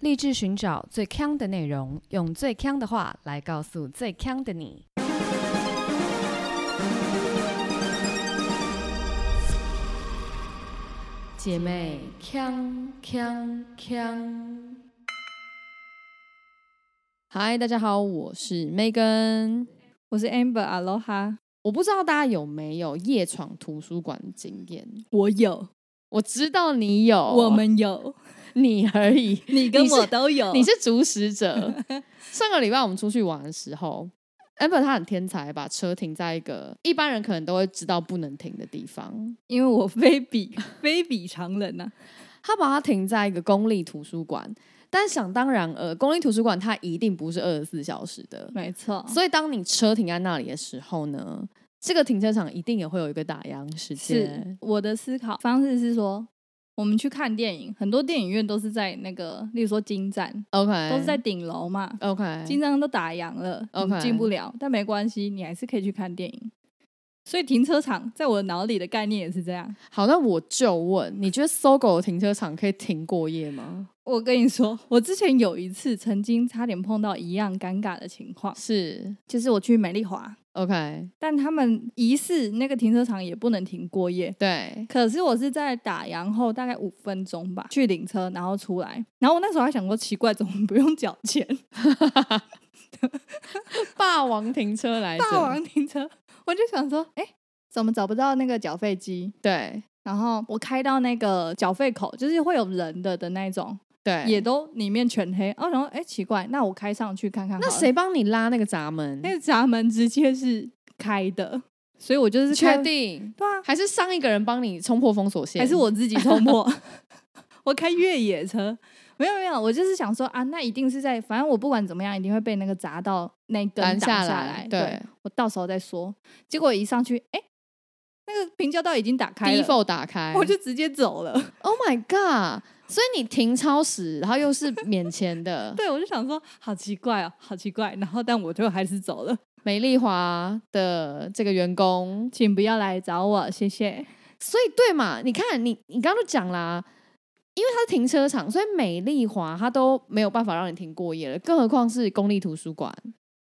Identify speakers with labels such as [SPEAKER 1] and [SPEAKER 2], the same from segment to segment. [SPEAKER 1] 立志寻找最强的内容，用最强的话来告诉最强的你。姐妹，强强强！
[SPEAKER 2] 嗨，大家好，我是 Megan。
[SPEAKER 3] 我是 Amber Aloha，
[SPEAKER 2] 我不知道大家有没有夜闯图书馆的经验，
[SPEAKER 3] 我有，
[SPEAKER 2] 我知道你有，
[SPEAKER 3] 我们有，
[SPEAKER 2] 你而已，
[SPEAKER 3] 哦你跟
[SPEAKER 2] 你是
[SPEAKER 3] 我都有，
[SPEAKER 2] 你是主使者。上个礼拜我们出去玩的时候，Amber 他很天才，把车停在一个一般人可能都会知道不能停的地方，
[SPEAKER 3] 因为我非比 非比常人呐、啊
[SPEAKER 2] 他把它停在一个公立图书馆。但想当然呃，公立图书馆它一定不是二十四小时的，
[SPEAKER 3] 没错
[SPEAKER 2] 所以当你车停在那里的时候呢，这个停车场一定也会有一个打烊时
[SPEAKER 3] 是
[SPEAKER 2] 间。
[SPEAKER 3] 我的思考方式是说，我们去看电影，很多电影院都是在那个，例如说金站，
[SPEAKER 2] OK，
[SPEAKER 3] 都是在顶楼嘛，
[SPEAKER 2] OK，
[SPEAKER 3] 金站都打烊了，
[SPEAKER 2] OK
[SPEAKER 3] 你进不了，但没关系，你还是可以去看电影。所以停车场在我脑里的概念也是这样。
[SPEAKER 2] 好，那我就问，你觉得搜狗的停车场可以停过夜吗？
[SPEAKER 3] 我跟你说，我之前有一次曾经差点碰到一样尴尬的情况，
[SPEAKER 2] 是
[SPEAKER 3] 就是我去美丽华，
[SPEAKER 2] OK，
[SPEAKER 3] 但他们疑似那个停车场也不能停过夜。
[SPEAKER 2] 对，
[SPEAKER 3] 可是我是在打烊后大概五分钟吧，去领车，然后出来。然后我那时候还想说，奇怪，怎么不用缴钱？
[SPEAKER 2] 霸王停车来着，
[SPEAKER 3] 霸王停车，我就想说，哎、怎么找不到那个缴费机？
[SPEAKER 2] 对
[SPEAKER 3] 然后我开到那个缴费口，就是会有人的的那一种，
[SPEAKER 2] 对，
[SPEAKER 3] 也都里面全黑。哦，然后哎、诶奇怪，那我开上去看看好了。
[SPEAKER 2] 那谁帮你拉那个闸门？
[SPEAKER 3] 那个闸门直接是开的，所以我就是
[SPEAKER 2] 确
[SPEAKER 3] 看。
[SPEAKER 2] 定
[SPEAKER 3] 对啊，
[SPEAKER 2] 还是上一个人帮你冲破封锁线？
[SPEAKER 3] 还是我自己偷摸？ 我开越野车，没有没有，我就是想说啊，那一定是在，反正我不管怎么样，一定会被那个砸到那根
[SPEAKER 2] 拦
[SPEAKER 3] 挡
[SPEAKER 2] 下
[SPEAKER 3] 来。
[SPEAKER 2] 对
[SPEAKER 3] 我到时候再说。结果一上去，哎、那个平交道已经打开了，
[SPEAKER 2] ，default 打开，
[SPEAKER 3] 我就直接走了。
[SPEAKER 2] Oh my God！所以你停超时，然后又是免钱的，
[SPEAKER 3] 对，我就想说，好奇怪哦，好奇怪。然后，但我就还是走了，
[SPEAKER 2] 美丽华的这个员工，
[SPEAKER 3] 请不要来找我，谢谢。
[SPEAKER 2] 所以对嘛？你看，你你刚刚就讲啦，因为它是停车场，所以美丽华它都没有办法让你停过夜了，更何况是公立图书馆，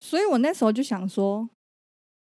[SPEAKER 3] 所以我那时候就想说，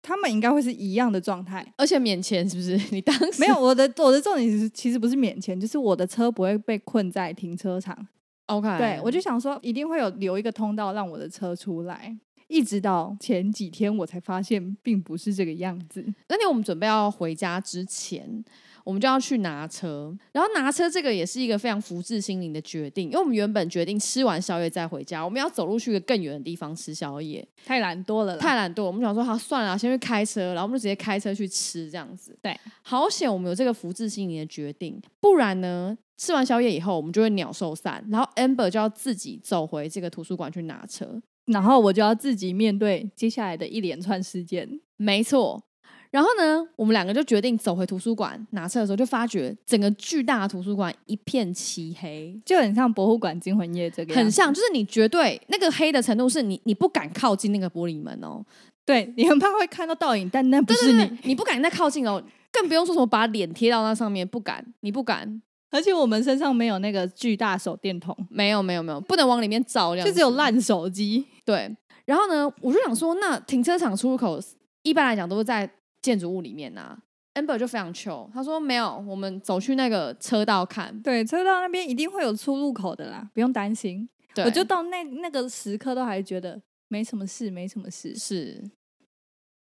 [SPEAKER 3] 他们应该会是一样的状态。
[SPEAKER 2] 而且免钱，是不是？你当时
[SPEAKER 3] 没有，我的我的重点是其实不是免钱，就是我的车不会被困在停车场。
[SPEAKER 2] OK？
[SPEAKER 3] 对我就想说，一定会有留一个通道让我的车出来。一直到前几天我才发现，并不是这个样子。
[SPEAKER 2] 那天我们准备要回家之前，我们就要去拿车，然后拿车这个也是一个非常福至心灵的决定，因为我们原本决定吃完宵夜再回家，我们要走路去一个更远的地方吃宵夜，
[SPEAKER 3] 太懒惰了啦！
[SPEAKER 2] 太懒惰，我们想说好算了，先去开车，然后我们就直接开车去吃这样子。
[SPEAKER 3] 对，
[SPEAKER 2] 好险我们有这个福至心灵的决定，不然呢，吃完宵夜以后我们就会鸟兽散，然后 Amber 就要自己走回这个图书馆去拿车。
[SPEAKER 3] 然后我就要自己面对接下来的一连串事件。
[SPEAKER 2] 没错。然后呢，我们两个就决定走回图书馆拿车的时候，就发觉整个巨大的图书馆一片漆黑，
[SPEAKER 3] 就很像博物馆惊魂夜这个样子，
[SPEAKER 2] 很像，就是你绝对那个黑的程度是你你不敢靠近那个玻璃门哦，
[SPEAKER 3] 对你很怕会看到倒影，但那不
[SPEAKER 2] 对
[SPEAKER 3] 是
[SPEAKER 2] 对
[SPEAKER 3] 你。
[SPEAKER 2] 对，你不敢再靠近哦，更不用说什么把脸贴到那上面，不敢，你不敢，
[SPEAKER 3] 而且我们身上没有那个巨大手电筒，
[SPEAKER 2] 没有没有没有，不能往里面照亮，
[SPEAKER 3] 就只有烂手机。
[SPEAKER 2] 对。然后呢，我就想说，那停车场出入口一般来讲都是在建筑物里面呐、Amber 就非常糗，他说没有，我们走去那个车道看，
[SPEAKER 3] 对，车道那边一定会有出入口的啦，不用担心。
[SPEAKER 2] 对
[SPEAKER 3] 我就到那那个时刻都还觉得没什么事，没什么事。
[SPEAKER 2] 是，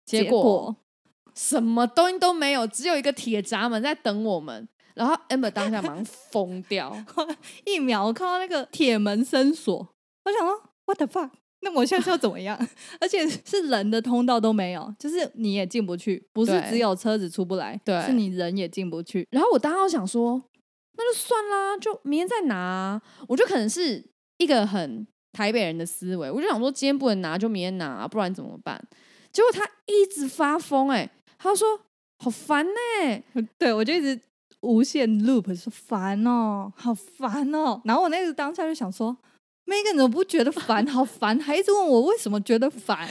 [SPEAKER 2] 结果什么东西都没有，只有一个铁闸门在等我们。然后 Amber 当下马上疯掉，
[SPEAKER 3] 一秒我看到那个铁门深锁，我想说 what the fuck，那我现在是要怎么样？ 而且是人的通道都没有，就是你也进不去，不是
[SPEAKER 2] 对
[SPEAKER 3] 只有车子出不来，
[SPEAKER 2] 对
[SPEAKER 3] 是你人也进不去。
[SPEAKER 2] 然后我当时想说，那就算啦，就明天再拿啊、我就可能是一个很台北人的思维，我就想说今天不能拿就明天拿啊、不然怎么办？结果他一直发疯、欸，哎，他就说好烦呢、
[SPEAKER 3] 对我就一直无限 loop，说烦哦，好烦哦。然后我那个当下就想说。Megan 怎么不觉得烦？好烦，还一直问我为什么觉得烦。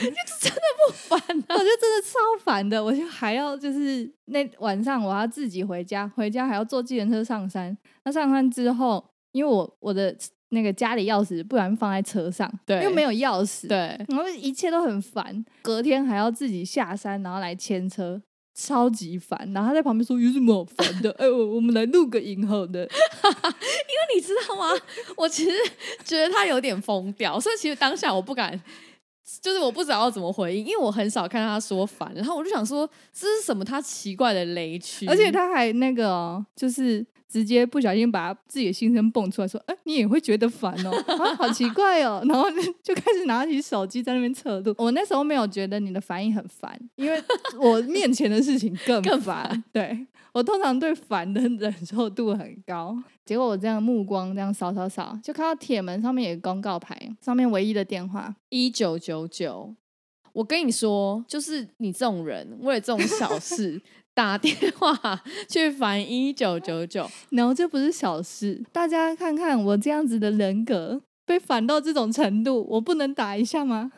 [SPEAKER 2] 烦啊！
[SPEAKER 3] 我就真的超烦的，我就还要就是那晚上我要自己回家，回家还要坐计程车上山。那上山之后，因为我我的那个家里钥匙，不然放在车上，
[SPEAKER 2] 对
[SPEAKER 3] 又没有钥匙，，
[SPEAKER 2] 对，
[SPEAKER 3] 然后一切都很烦。隔天还要自己下山，然后来牵车，超级烦。然后他在旁边说：“有什么好烦的？哎、 我我们来录个影好的。
[SPEAKER 2] 那你知道吗？ 我其实觉得他有点疯掉，所以其实当下我不敢，就是我不知道怎么回应，因为我很少看到他说烦，然后我就想说这是什么他奇怪的雷区，
[SPEAKER 3] 而且他还那个、哦，就是直接不小心把自己的心声蹦出来，说：“哎、你也会觉得烦哦、啊，好奇怪哦、然后就就开始拿起手机在那边测录。我那时候没有觉得你的反应很烦，因为我面前的事情更
[SPEAKER 2] 更
[SPEAKER 3] 烦。对我通常对烦的忍受度很高，结果我这样目光这样扫扫扫，就看到铁门上面有个公告牌，上面唯一的电话，
[SPEAKER 2] 一九九九。我跟你说，就是你这种人，为了这种小事打电话去烦一九九九，
[SPEAKER 3] 然后这不是小事，大家看看我这样子的人格被反到这种程度，我不能打一下吗？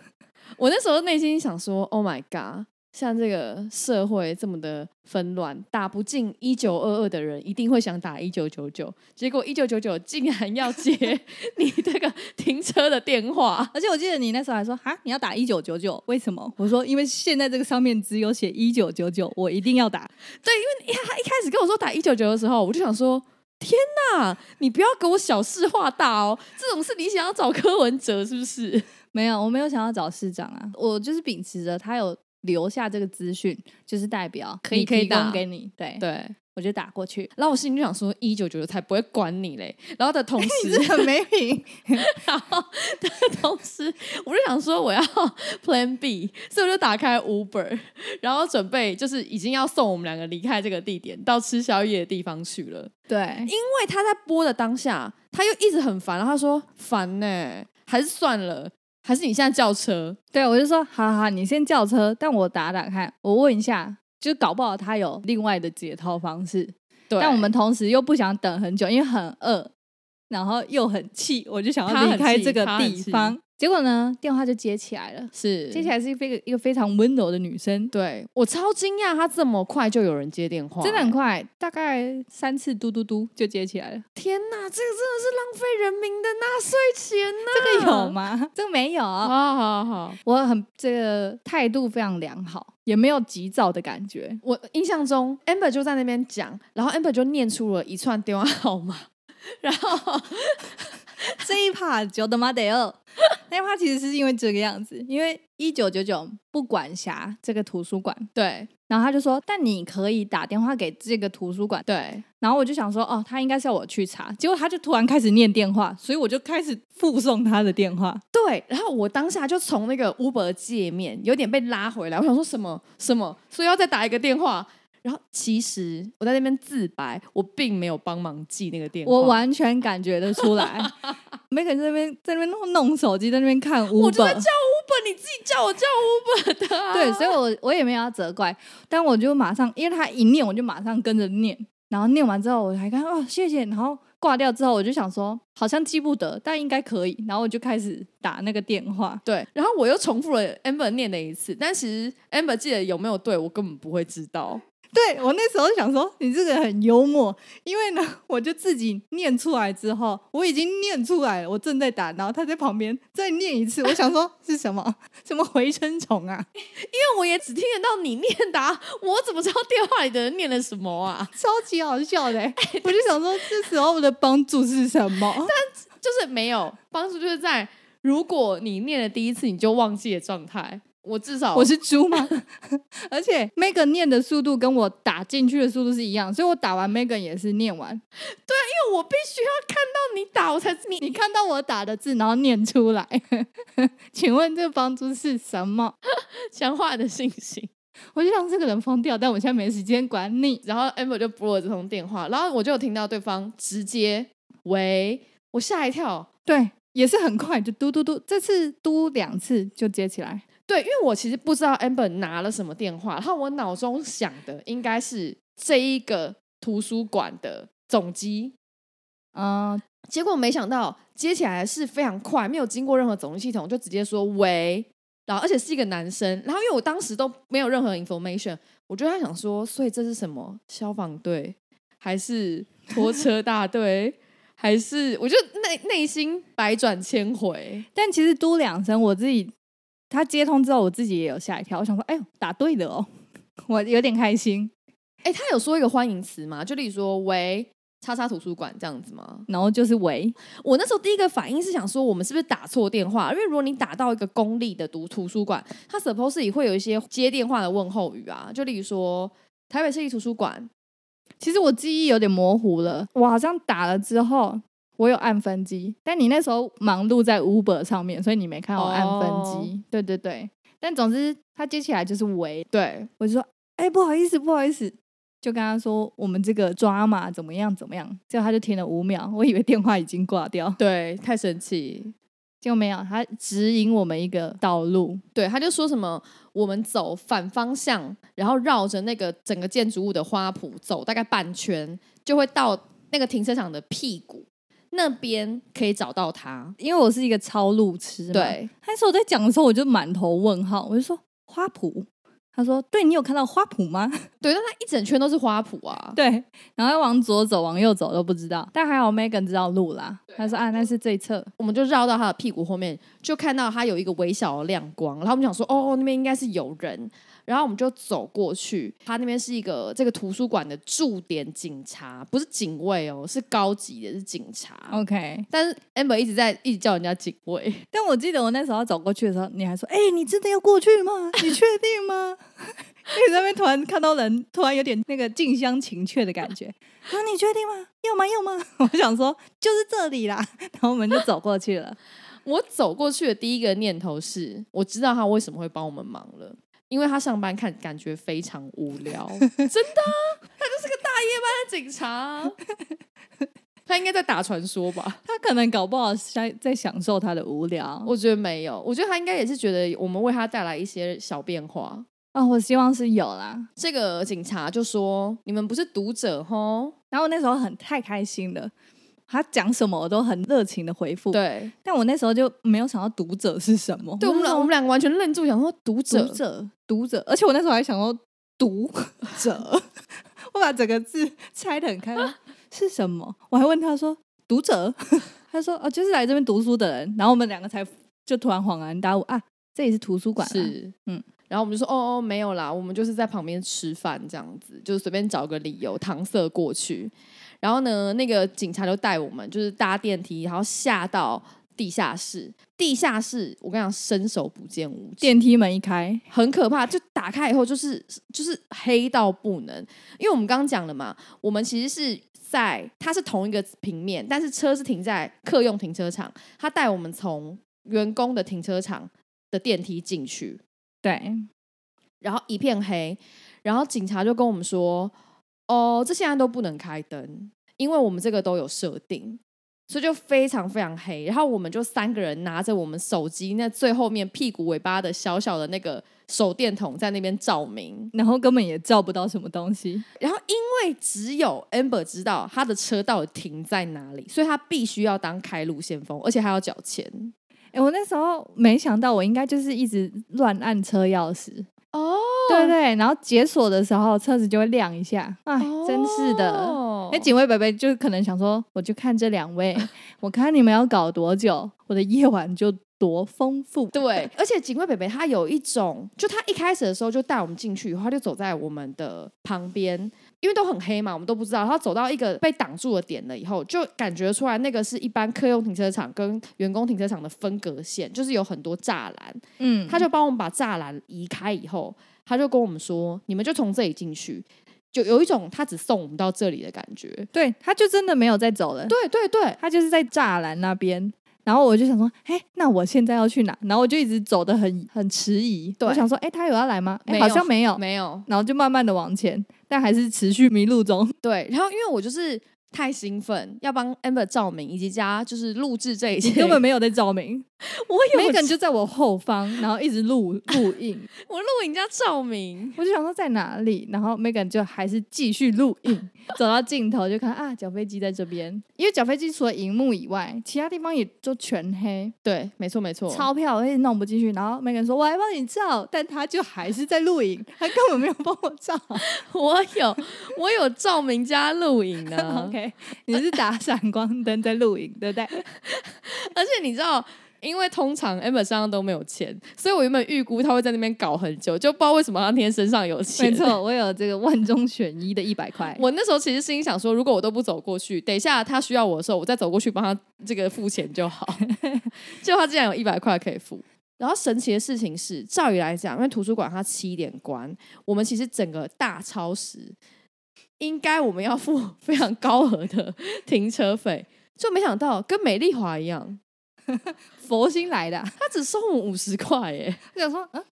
[SPEAKER 2] 我那时候内心想说，Oh my god！像这个社会这么的纷乱，打不进一九二二的人一定会想打一九九九，结果一九九九竟然要接 你这个停车的电话，
[SPEAKER 3] 而且我记得你那时候还说哈，你要打一九九九，为什么？我说因为现在这个上面只有写一九九九，我一定要打。
[SPEAKER 2] 他一开始跟我说打一九九的时候，我就想说。天呐，你不要给我小事化大哦！这种事你想要找柯文哲是不是？
[SPEAKER 3] 没有，我没有想要找市长啊，我就是秉持着他有留下这个资讯，就是代表
[SPEAKER 2] 可以
[SPEAKER 3] 你
[SPEAKER 2] 可以
[SPEAKER 3] 提供
[SPEAKER 2] 打
[SPEAKER 3] 给你，对，
[SPEAKER 2] 对，。
[SPEAKER 3] 我就打过去
[SPEAKER 2] 然后我心里就想说，一九九九才不会管你嘞。然后的 同时，
[SPEAKER 3] 很没品，
[SPEAKER 2] 然后的同时，我就想说我要 Plan B，所以我就打开 Uber，然后准备就是已经要送我们两个离开这个地点，到吃宵夜的地方去了。
[SPEAKER 3] 对，
[SPEAKER 2] 因为他在播的当下，他又一直很烦，然后他说烦呢、还是算了，还是你现在叫车。
[SPEAKER 3] 对，我就说，好好，好你先叫车，但我打打看，我问一下，就搞不好他有另外的解套方式，
[SPEAKER 2] 对，
[SPEAKER 3] 但我们同时又不想等很久，因为很饿，然后又很气，我就想
[SPEAKER 2] 他
[SPEAKER 3] 要离
[SPEAKER 2] 很
[SPEAKER 3] 开
[SPEAKER 2] 气
[SPEAKER 3] 这个
[SPEAKER 2] 他很
[SPEAKER 3] 地
[SPEAKER 2] 气
[SPEAKER 3] 方。结果呢，电话就接起来了，
[SPEAKER 2] 是
[SPEAKER 3] 接起来是一个一个非常温柔的女生，
[SPEAKER 2] 对我超惊讶，他这么快就有人接电话、欸
[SPEAKER 3] 真的很快，大概三次嘟嘟嘟就接起 来了。
[SPEAKER 2] 天呐，这个真的是浪费人民的纳税钱呐、
[SPEAKER 3] 这个有？吗？啊 这个没有，
[SPEAKER 2] 好好好，
[SPEAKER 3] 我很这个态度非常良好，也没有急躁的感觉。
[SPEAKER 2] 我印象中 Amber 就在那边讲，然后 Amber 就念出了一串电话号码， 然后
[SPEAKER 3] 这一趴九的妈 得二，那一趴其实是因为这个样子，因为一九九九不管辖这个图书馆，
[SPEAKER 2] 对
[SPEAKER 3] 然后他就说，但你可以打电话给这个图书馆，
[SPEAKER 2] 对，
[SPEAKER 3] 然后我就想说，哦，他应该是要我去查，结果他就突然开始念电话，所以我就开始附送他的电话，
[SPEAKER 2] 对，然后我当下就从那个 Uber 界面有点被拉回来，我想说什么什么，所以要再打一个电话。然后其实我在那边自白，我并没有帮忙记那个电话。
[SPEAKER 3] 我完全感觉得出 来。梅肯在那边在那边弄弄手机，在那边看 Uber，
[SPEAKER 2] 我就在叫 Uber，你自己叫我叫 Uber 的、啊。
[SPEAKER 3] 对，所以我我也没有要责怪，但我就马上，因为他一念，我就马上跟着念，然后念完之后，我还看哦，谢谢，然后挂掉之后，我就想说好像记不得，但应该可以，然后我就开始打那个电话。
[SPEAKER 2] 对，然后我又重复了 Amber 念了一次，但其实 Amber 记得有没有对我根本不会知道。
[SPEAKER 3] 对我那时候想说你这个很幽默，因为呢，我就自己念出来之后，我已经念出来了，我正在打，然后他在旁边再念一次，我想说是什么 什么回声虫啊，
[SPEAKER 2] 因为我也只听得到你念答，我怎么知道电话里的人念了什么啊？
[SPEAKER 3] 超级好笑 的欸、我就想说这时候的帮助是什么？
[SPEAKER 2] 就是没有帮助，就是在如果你念了第一次你就忘记的状态，我至少
[SPEAKER 3] 我是猪吗？而且 Megan 念的速度跟我打进去的速度是一样，所以我打完 Megan 也是念完。
[SPEAKER 2] 因为我必须要看到你打，我才你
[SPEAKER 3] 你看到我打的字，然后念出来。 请问这个帮助是什么？
[SPEAKER 2] 讲话的信心。
[SPEAKER 3] 我就想这个人疯掉，但我现在没时间管你。
[SPEAKER 2] 然后 Amber 就拨了这通电话，然后我就有听到对方直接喂，我吓一跳，
[SPEAKER 3] 对，也是很快就嘟嘟嘟，这次嘟两次就接起来。
[SPEAKER 2] 对，因为我其实不知道 Amber 拿了什么电话，然后我脑中想的应该是这一个图书馆的总机，
[SPEAKER 3] 嗯、
[SPEAKER 2] 结果没想到接起来是非常快，没有经过任何总机系统，就直接说喂，然后而且是一个男生，然后因为我当时都没有任何 information，我就在想说，所以这是什么消防队还是拖车大队？ 还是我就内内心百转千回。
[SPEAKER 3] 但其实嘟两声，我自己他接通之后，我自己也有吓一跳，我想说，哎呦，打对了哦，我有点开心。
[SPEAKER 2] 哎、他有说一个欢迎词吗？就例如说“喂，叉叉图书馆”这样子吗？
[SPEAKER 3] 然后就是喂，
[SPEAKER 2] 我那时候第一个反应是想说，我们是不是打错电话？因为如果你打到一个公立的读图书馆，它 suppose 也会有一些接电话的问候语啊，就例如说台北市立图书馆，
[SPEAKER 3] 其实我记忆有点模糊了，我好像打了之后，我有按分机，但你那时候忙碌在 Uber 上面，所以你没看我按分机。
[SPEAKER 2] 哦
[SPEAKER 3] 对对对，但总之他接起来就是喂，
[SPEAKER 2] 对，
[SPEAKER 3] 我就说，哎、不好意思，不好意思。就跟他说我们这个抓马怎么样怎么样，结果他就停了五秒，我以为电话已经挂掉，
[SPEAKER 2] 对，太神奇。
[SPEAKER 3] 结果没有，他指引我们一个道路，
[SPEAKER 2] 对，他就说什么我们走反方向，然后绕着那个整个建筑物的花圃走大概半圈，就会到那个停车场的屁股那边可以找到他。
[SPEAKER 3] 因为我是一个超路痴嘛。，
[SPEAKER 2] 对，
[SPEAKER 3] 那时候我在讲的时候，我就满头问号，我就说花圃。他说：“对你有看到花圃吗？”
[SPEAKER 2] 对，但它一整圈都是花圃啊。
[SPEAKER 3] 对，然后要往左走，往右走都不知道。但还好 Megan 知道路啦，他说：“啊，那是这一侧。
[SPEAKER 2] 我们就绕到他的屁股后面，就看到他有一个微小的亮光，然后我们想说，哦，那边应该是有人，然后我们就走过去，他那边是一个这个图书馆的驻点警察，不是警卫哦，是高级的，是警察。
[SPEAKER 3] ”OK，
[SPEAKER 2] 但是 Amber 一直在一直叫人家警卫，
[SPEAKER 3] 但我记得我那时候走过去的时候，你还说：“哎、你真的要过去吗？你确定吗？” 你在那边突然看到人，突然有点那个近乡情怯的感觉。啊，你确定吗？要吗？要吗？ 我想说就是这里啦，然后我们就走过去了。
[SPEAKER 2] 我走过去的第一个念头是，我知道他为什么会帮我们忙了，因为他上班看感觉非常无聊，真的啊、他就是个大夜班的警察啊，他应该在打传说吧？
[SPEAKER 3] 他可能搞不好是在在享受他的无聊。
[SPEAKER 2] 我觉得没有，我觉得他应该也是觉得我们为他带来一些小变化。
[SPEAKER 3] 哦，我希望是有啦。
[SPEAKER 2] 这个警察就说：“你们不是读者哦吼
[SPEAKER 3] 然后我那时候很太开心了，他讲什么我都很热情的回？”复。，
[SPEAKER 2] 对，
[SPEAKER 3] 但我那时候就没有想到读者是什么。
[SPEAKER 2] 对我们
[SPEAKER 3] 那时
[SPEAKER 2] 俩
[SPEAKER 3] 候
[SPEAKER 2] 我们两个完全愣住，想说读者
[SPEAKER 3] 读者读者，而且我那时候还想说读者， 我把整个字拆的很开，是什么？我还问他说读者， 他说哦，就是来这边读书的人。然后我们两个才就突然恍然大悟啊，这里是图书馆、啊。
[SPEAKER 2] 是，嗯
[SPEAKER 3] 嗯。
[SPEAKER 2] 然后我们就说哦哦没有啦，我们就是在旁边吃饭这样子，就是随便找个理由搪塞过去。然后呢，那个警察就带我们就是搭电梯，然后下到地下室。地下室我跟你讲，伸手不见五指，
[SPEAKER 3] 电梯门一开，
[SPEAKER 2] 很可怕。就打开以后，就是就是黑到不能。因为我们刚刚讲了嘛，我们其实是在它是同一个平面，但是车是停在客用停车场，他带我们从员工的停车场的电梯进去。
[SPEAKER 3] 对，
[SPEAKER 2] 然后一片黑，然后警察就跟我们说：“哦，这现在都不能开灯，因为我们这个都有设定，所以就非常非常黑。”然后我们就三个人拿着我们手机那最后面屁股尾巴的小小的那个手电筒在那边照明，
[SPEAKER 3] 然后根本也照不到什么东西。
[SPEAKER 2] 然后因为只有 Amber 知道他的车到底停在哪里，所以他必须要当开路先锋，而且还要缴钱。
[SPEAKER 3] 哎、我那时候没想到，我应该就是一直乱按车钥匙，
[SPEAKER 2] 哦，
[SPEAKER 3] 对对，然后解锁的时候车子就会亮一下，哎，真是
[SPEAKER 2] 哦
[SPEAKER 3] 的。哎那、警卫伯伯就可能想说，我就看这两位， 我看你们要搞多久，我的夜晚就多丰富。
[SPEAKER 2] 对，而且警卫北北他有一种，就他一开始的时候就带我们进去以后，他就走在我们的旁边，因为都很黑嘛，我们都不知道。他走到一个被挡住的点了以后，就感觉出来那个是一般客用停车场跟员工停车场的分隔线，就是有很多栅栏。
[SPEAKER 3] 嗯，
[SPEAKER 2] 他就帮我们把栅栏移开以后，他就跟我们说：“你们就从这里进去。”就有一种他只送我们到这里的感觉。
[SPEAKER 3] 对，他就真的没有再走了，
[SPEAKER 2] 对对对，
[SPEAKER 3] 他就是在栅栏那边。然后我就想说，哎，那我现在要去哪？然后我就一直走的很很迟疑，
[SPEAKER 2] 对
[SPEAKER 3] 我想说，哎，他有要来吗？
[SPEAKER 2] 没
[SPEAKER 3] 哎，好
[SPEAKER 2] 有
[SPEAKER 3] 像没有，
[SPEAKER 2] 没有
[SPEAKER 3] 然后就慢慢的往前，但还是持续迷 路中。
[SPEAKER 2] 对，然后因为我就是太兴奋，要帮 Amber 照明以及加就是录制这一
[SPEAKER 3] 你
[SPEAKER 2] 切，
[SPEAKER 3] 根本没有在照明，
[SPEAKER 2] 我有
[SPEAKER 3] Megan 就在我后方，然后一直录录 影，
[SPEAKER 2] 我录影加照明，
[SPEAKER 3] 我就想说在哪里，然后 Megan 就还是继续录 影，走到尽头就看啊，缴飞机在这边，因为缴飞机除了荧幕以外，其他地方也都全黑，
[SPEAKER 2] 对，没错没错，
[SPEAKER 3] 钞票我也弄不进去，然后 Megan 说我来帮你照，但他就还是在录 啊影，他根本没有帮我照。
[SPEAKER 2] 我有我有照明加录影呢、啊
[SPEAKER 3] OK，你是打闪光灯在录影，对不对？
[SPEAKER 2] 而且你知道，因为通常 Amber 身上都没有钱，所以我原本预估他会在那边搞很久，就不知道为什么他那天身上有钱。
[SPEAKER 3] 没， 错，我有这个万中选一的一百块。
[SPEAKER 2] 我那时候其实心里想说，如果我都不走过去，等一下他需要我的时候，我再走过去帮他这个付钱就 好。结果他竟然有一百块可以付。然后神奇的事情是，照理来讲，因为图书馆它七点关，我们其实整个大超时应该我们要付 非常高额的停车费，就没想到跟美丽华一样，
[SPEAKER 3] 佛心来的啊、
[SPEAKER 2] 他只收我们五十块耶。
[SPEAKER 3] 我想说，嗯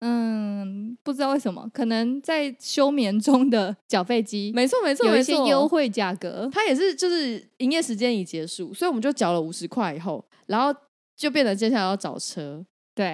[SPEAKER 3] 嗯，不知道为什么，可能在休眠中的 缴费机
[SPEAKER 2] 没错，没错，
[SPEAKER 3] 有一
[SPEAKER 2] 没
[SPEAKER 3] 些
[SPEAKER 2] 错
[SPEAKER 3] 优。惠价格。
[SPEAKER 2] 他也是，就是营业时间已结束，所以我们就缴了五十块以后，然后就变得接下来要找车，
[SPEAKER 3] 对，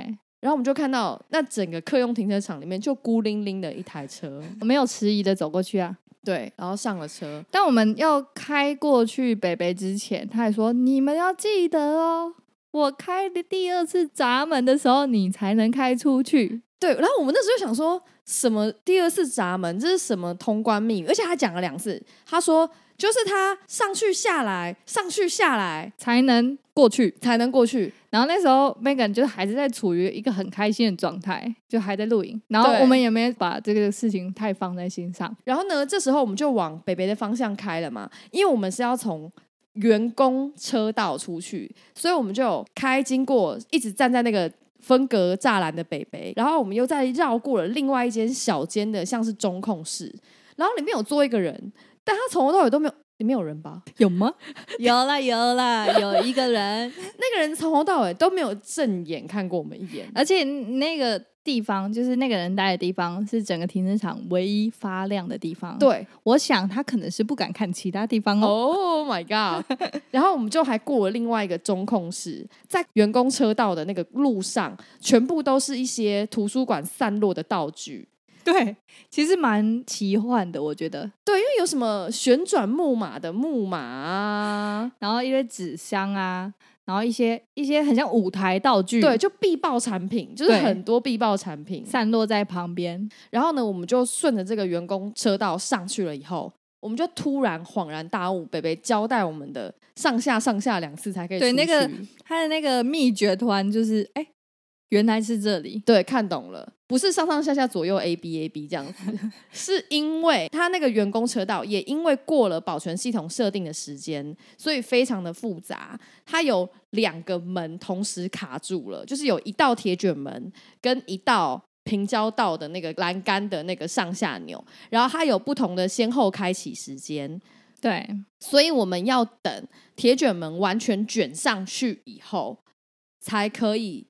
[SPEAKER 2] 然后我们就看到那整个客用停车场里面就孤零零的一台车，
[SPEAKER 3] 我没有迟疑的走过去啊。
[SPEAKER 2] 对，然后上了车，
[SPEAKER 3] 但我们要开过去北北之前，他还说你们要记得哦，我开的第二次闸门的时候，你才能开出去。
[SPEAKER 2] 对，然后我们那时候就想说什么第二次闸门，这是什么通关密语，而且他讲了两次，他说就是他上去下来，上去下来
[SPEAKER 3] 才能过去，
[SPEAKER 2] 才能过去，
[SPEAKER 3] 然后那时候 Megan 就是还是在处于一个很开心的状态，就还在录影。然后
[SPEAKER 2] 对
[SPEAKER 3] 我们也没把这个事情太放在心上。
[SPEAKER 2] 然后呢，这时候我们就往北北的方向开了嘛，因为我们是要从员工车道出去，所以我们就有开经过，一直站在那个分隔栅栏的北北，然后我们又再绕过了另外一间小间的，像是中控室，然后里面有坐一个人，但他从头到尾都没有，里面有人吧？
[SPEAKER 3] 有吗？
[SPEAKER 4] 有啦有啦，有一个人，
[SPEAKER 2] 那个人从头到尾都没有正眼看过我们一眼，
[SPEAKER 3] 而且那个地方，就是那个人待的地方，是整个停车场唯一发亮的地方。，
[SPEAKER 2] 对。
[SPEAKER 3] 我想他可能是不敢看其他地方哦。
[SPEAKER 2] Oh my god！然后我们就还过了另外一个中控室，在员工车道的那个路上，全部都是一些图书馆散落的道具。
[SPEAKER 3] 对，其实蛮奇幻的，我觉得。
[SPEAKER 2] 对，因为有什么旋转木马的木马啊，
[SPEAKER 3] 然后一堆纸箱啊，然后一些一些很像舞台道具，
[SPEAKER 2] 对，，就必报产品，就是
[SPEAKER 3] 对
[SPEAKER 2] 很多必报产品。
[SPEAKER 3] 散落在旁边。
[SPEAKER 2] 然后呢，我们就顺着这个员工车道上去了以后。我们就突然恍然大悟，北北交代我们的上下上下两次才可以
[SPEAKER 3] 对
[SPEAKER 2] 出
[SPEAKER 3] 那个
[SPEAKER 2] 去
[SPEAKER 3] 他的那个秘诀突然就是，哎、原来是这里。
[SPEAKER 2] 对，看懂了，不是上上下下左右 A B A B 这样子，是因为他那个员工车道也因为过了保全系统设定的时间，所以非常的复杂。它有两个门同时卡住了，就是有一道铁卷门跟一道。平交道的那个栏杆的那个上下钮，然后它有不同的先后开启时间，
[SPEAKER 3] 对，
[SPEAKER 2] 所以我们要等铁卷门完全卷上去以后，才可以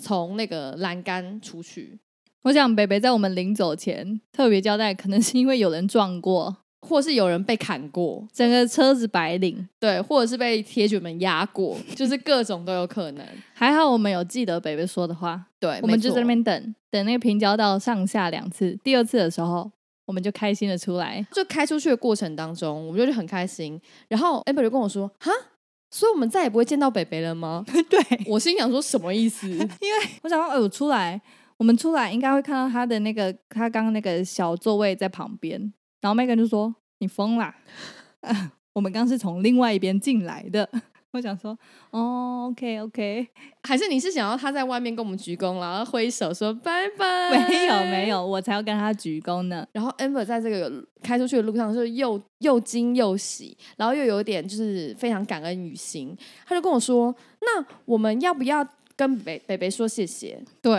[SPEAKER 2] 从那个栏杆出去，
[SPEAKER 3] 我想北北在我们临走前特别交代，可能是因为有人撞过，
[SPEAKER 2] 或是有人被砍过，
[SPEAKER 3] 整个车子白领。
[SPEAKER 2] 对，或者是被铁卷门压过，就是各种都有可能。
[SPEAKER 3] 还好我们有记得北北说的话，
[SPEAKER 2] 对，
[SPEAKER 3] 我
[SPEAKER 2] 没
[SPEAKER 3] 们就
[SPEAKER 2] 错
[SPEAKER 3] 在那边等等那个平交道上下两次，第二次的时候我们就开心的出 来。
[SPEAKER 2] 就开出去的过程当中，我们就很开心。然后 amber 就跟我说：“哈，所以我们再也不会见到北北了吗
[SPEAKER 3] 对，？”
[SPEAKER 2] 我心想说：“什么意思？
[SPEAKER 3] 我想说，哎、我出来，我们出来应该会看到他的那个他刚刚那个小座位在旁边，然后 Megan 就说：“你疯啦， 我们刚是从另外一边进来的。”我想说，哦，OK OK，
[SPEAKER 2] 还是你是想要他在外面跟我们鞠躬，然后挥手说拜拜？
[SPEAKER 3] 没有没有，我才要跟他鞠躬呢。
[SPEAKER 2] 然后 Amber 在这个开出去的路上，就是又又惊又喜，然后又有点就是非常感恩于心。他就跟我说：“那我们要不要跟北北北说谢谢
[SPEAKER 3] 对，？”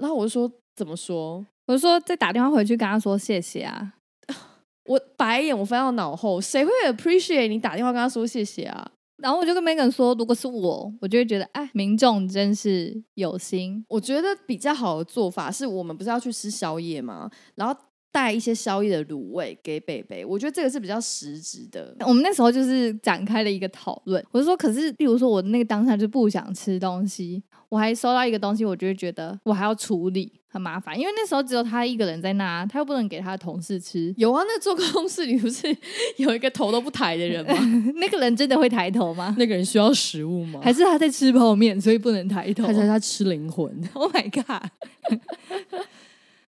[SPEAKER 2] 然后我就说：“怎么说
[SPEAKER 3] 我就说再打电话回去跟他说谢谢啊。？”
[SPEAKER 2] 我白眼我翻到脑后，谁会 appreciate 你打电话跟他说谢谢啊？
[SPEAKER 3] 然后我就跟 Megan 说，如果是我，我就会觉得，哎，民众真是有心。
[SPEAKER 2] 我觉得比较好的做法是我们不是要去吃宵夜吗？然后带一些宵夜的卤味给北北，我觉得这个是比较实质的。
[SPEAKER 3] 我们那时候就是展开了一个讨论，我就说，可是，例如说，我那个当下就不想吃东西，我还收到一个东西，我就会觉得我还要处理，很麻烦，因为那时候只有他一个人在那，啊他又不能给他的同事吃，
[SPEAKER 2] 有啊，那做 公室里不是有一个头都不抬的人吗？
[SPEAKER 3] 那个人真的会抬头 吗？
[SPEAKER 2] 那个人需要食物吗
[SPEAKER 3] 还是他在吃泡面，所以不能抬头
[SPEAKER 2] 还？是他吃灵魂？
[SPEAKER 3] Oh my god！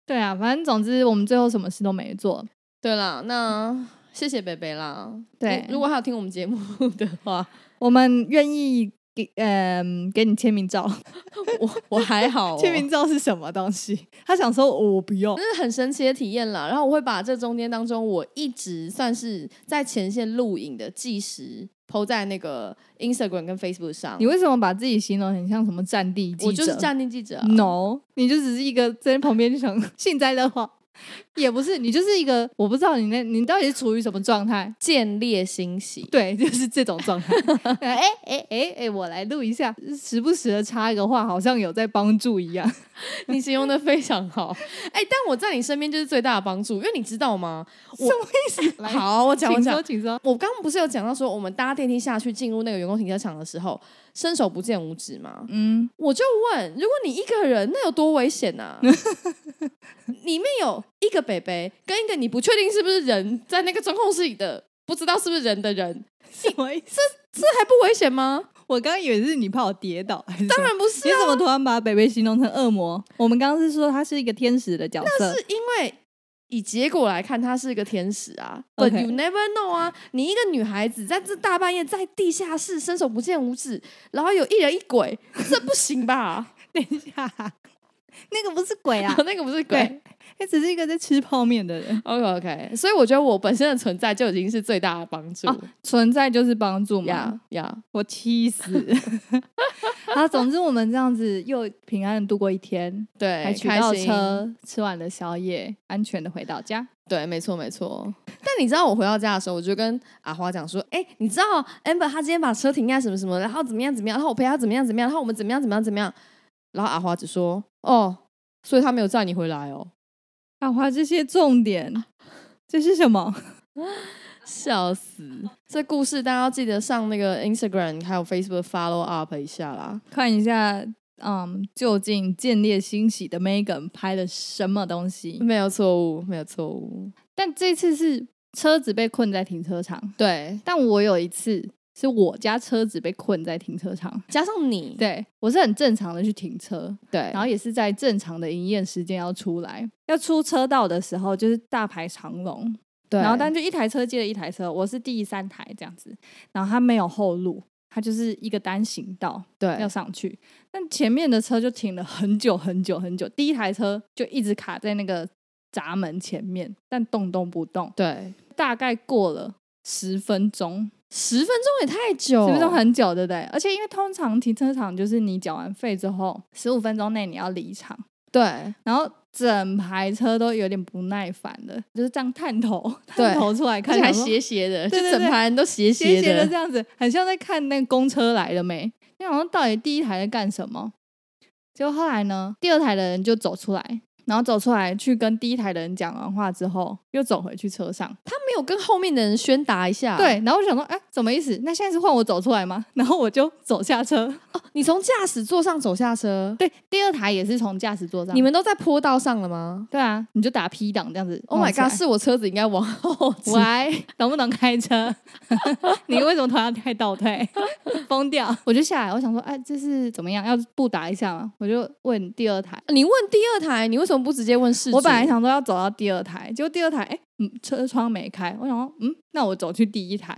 [SPEAKER 3] 对啊，反正总之我们最后什么事都没做。
[SPEAKER 2] 对啦，那谢谢北北啦。
[SPEAKER 3] 对
[SPEAKER 2] 如如果他有听我们节目的话，
[SPEAKER 3] 我们愿意给嗯、给你签名照，
[SPEAKER 2] 我我还好、哦，
[SPEAKER 3] 签名照是什么东西？他想说我不用，
[SPEAKER 2] 那是很神奇的体验啦。然后我会把这中间当中，我一直算是在前线录影的计时，抛在那个 Instagram 跟 Facebook 上
[SPEAKER 3] 你。为什么把自己形容很像什么战地记者？
[SPEAKER 2] 我就是站定记者啊、
[SPEAKER 3] No，你就只是一个在旁边想 幸灾乐祸，也不是，你就是一个我不知道你那你到底是处于什么状态。
[SPEAKER 2] 见猎欣 喜。
[SPEAKER 3] 对，就是这种状 态。哎哎哎哎，我来录一下，时不时的插一个话，好像有在帮助 一样。
[SPEAKER 2] 你形容的非常好，哎、但我在你身边就是最大的帮助，因为你知道吗？我
[SPEAKER 3] 来
[SPEAKER 2] 好，我讲我
[SPEAKER 3] 请
[SPEAKER 2] 讲
[SPEAKER 3] 说，，请说。
[SPEAKER 2] 我刚刚不是有讲到说，我们搭电梯下去进入那个员工停车场的时候，伸手不见五指吗？
[SPEAKER 3] 嗯，
[SPEAKER 2] 我就问，如果你一个人，那有多危险 呐、里面有一个北北跟一个你不确定是不是人，在那个中控室里的，不知道是不是人的人，
[SPEAKER 3] 什么意思？
[SPEAKER 2] 这还不危险吗？
[SPEAKER 3] 我刚刚以为是你怕我跌倒，还是什么
[SPEAKER 2] 当然不是
[SPEAKER 3] 你
[SPEAKER 2] 啊，
[SPEAKER 3] 怎么突然把北北形容成恶魔？我们刚刚是说他是一个天使的角色，
[SPEAKER 2] 是因为以结果来看，她是一个天使啊。
[SPEAKER 3] OK
[SPEAKER 2] But you never know 啊，你一个女孩子在这大半夜在地下室伸手不见五指，然后有一人一鬼，这不行吧？
[SPEAKER 3] 等一下，那个不是鬼啊，
[SPEAKER 2] 那个不是鬼
[SPEAKER 3] 对。他哎只是一个在吃泡面的人。
[SPEAKER 2] OK OK，所以我觉得我本身的存在就已经是最大的帮助。
[SPEAKER 3] 啊存在就是帮助嘛
[SPEAKER 2] 哦呀呀，
[SPEAKER 3] 我气死。 好，总之我们这样子又平安的度过一天，
[SPEAKER 2] 对，
[SPEAKER 3] 还取
[SPEAKER 2] 开
[SPEAKER 3] 到
[SPEAKER 2] 心，
[SPEAKER 3] 车，吃完了宵夜，安全的回到家。
[SPEAKER 2] 对，没错没错。但你知道我回到家的时候，我就跟阿花讲说，哎、你知道 Amber 她今天把车停在什么什么，然后怎么样怎么样，然后我陪她怎么样怎么样，然后我们怎么样怎么样怎么样。然后阿花只说，哦，所以她没有载你回来哦，
[SPEAKER 3] 啊，花这些重点，这是什么？
[SPEAKER 2] 笑死！这故事大家要记得上那个 Instagram 还有 Facebook follow up 一下啦。
[SPEAKER 3] 看一下，嗯，究竟建立欣喜的 Megan 拍了什么东西？
[SPEAKER 2] 没有错误，没有错误。
[SPEAKER 3] 嗯但这次是车子被困在停车场，
[SPEAKER 2] 对，
[SPEAKER 3] 但我有一次是我家车子被困在停车场。
[SPEAKER 2] 加上你，
[SPEAKER 3] 对，我是很正常的去停车，
[SPEAKER 2] 对，然
[SPEAKER 3] 然后也是在正常的营业时间要出来，要出车道的时候就是大排长龙，
[SPEAKER 2] 对，
[SPEAKER 3] 然后但就一台车接了一台车，我是第三台这样子，然后它没有后路，它就是一个单行道
[SPEAKER 2] 对
[SPEAKER 3] 要上去，但前面的车就停了很久很久很久，第一台车就一直卡在那个闸门前面，但动都不动，
[SPEAKER 2] 对，
[SPEAKER 3] 大概过了十分钟，
[SPEAKER 2] 十分钟也太久，
[SPEAKER 3] 十分钟很久，对不对？而且因为通常停车场就是你缴完费之后，十五分钟内你要离场。
[SPEAKER 2] 对
[SPEAKER 3] 然后整排车都有点不耐烦了，就是这样探头
[SPEAKER 2] 对
[SPEAKER 3] 探头出来
[SPEAKER 2] 而
[SPEAKER 3] 看，
[SPEAKER 2] 且还
[SPEAKER 3] 想说
[SPEAKER 2] 斜斜的，
[SPEAKER 3] 对对
[SPEAKER 2] 就
[SPEAKER 3] 对
[SPEAKER 2] 整排人都斜
[SPEAKER 3] 斜斜
[SPEAKER 2] 的，
[SPEAKER 3] 的这样子，很像在看那个公车来了没。你想说到底第一台在干什么？结果后来呢，第二台的人就走出来，然后走出来去跟第一台的人讲完话之后，又走回去车上。
[SPEAKER 2] 他没有跟后面的人宣达一下。啊
[SPEAKER 3] 对，，然后我想说，哎，什么意思？那现在是换我走出来吗？然后我就走下车。
[SPEAKER 2] 你从驾驶座上走下车，
[SPEAKER 3] 对，第二台也是从驾驶座上。
[SPEAKER 2] 你们都在坡道上了吗
[SPEAKER 3] 对啊，你就打 P 档这样子。
[SPEAKER 2] ？Oh my
[SPEAKER 3] 弄起来
[SPEAKER 2] god！是 我车子应该往后骑。
[SPEAKER 3] 喂，能不能开车？ 你为什么突然开倒退？ 疯掉！我就下来，我想说，哎，这是怎么样？要不打一下吗？我就问第二台。
[SPEAKER 2] 你问第二台，你为什么不直接问事主？
[SPEAKER 3] 我本来想说要走到第二台，结果第二台，哎，嗯，车窗没开。我想说，嗯，那我走去第一台，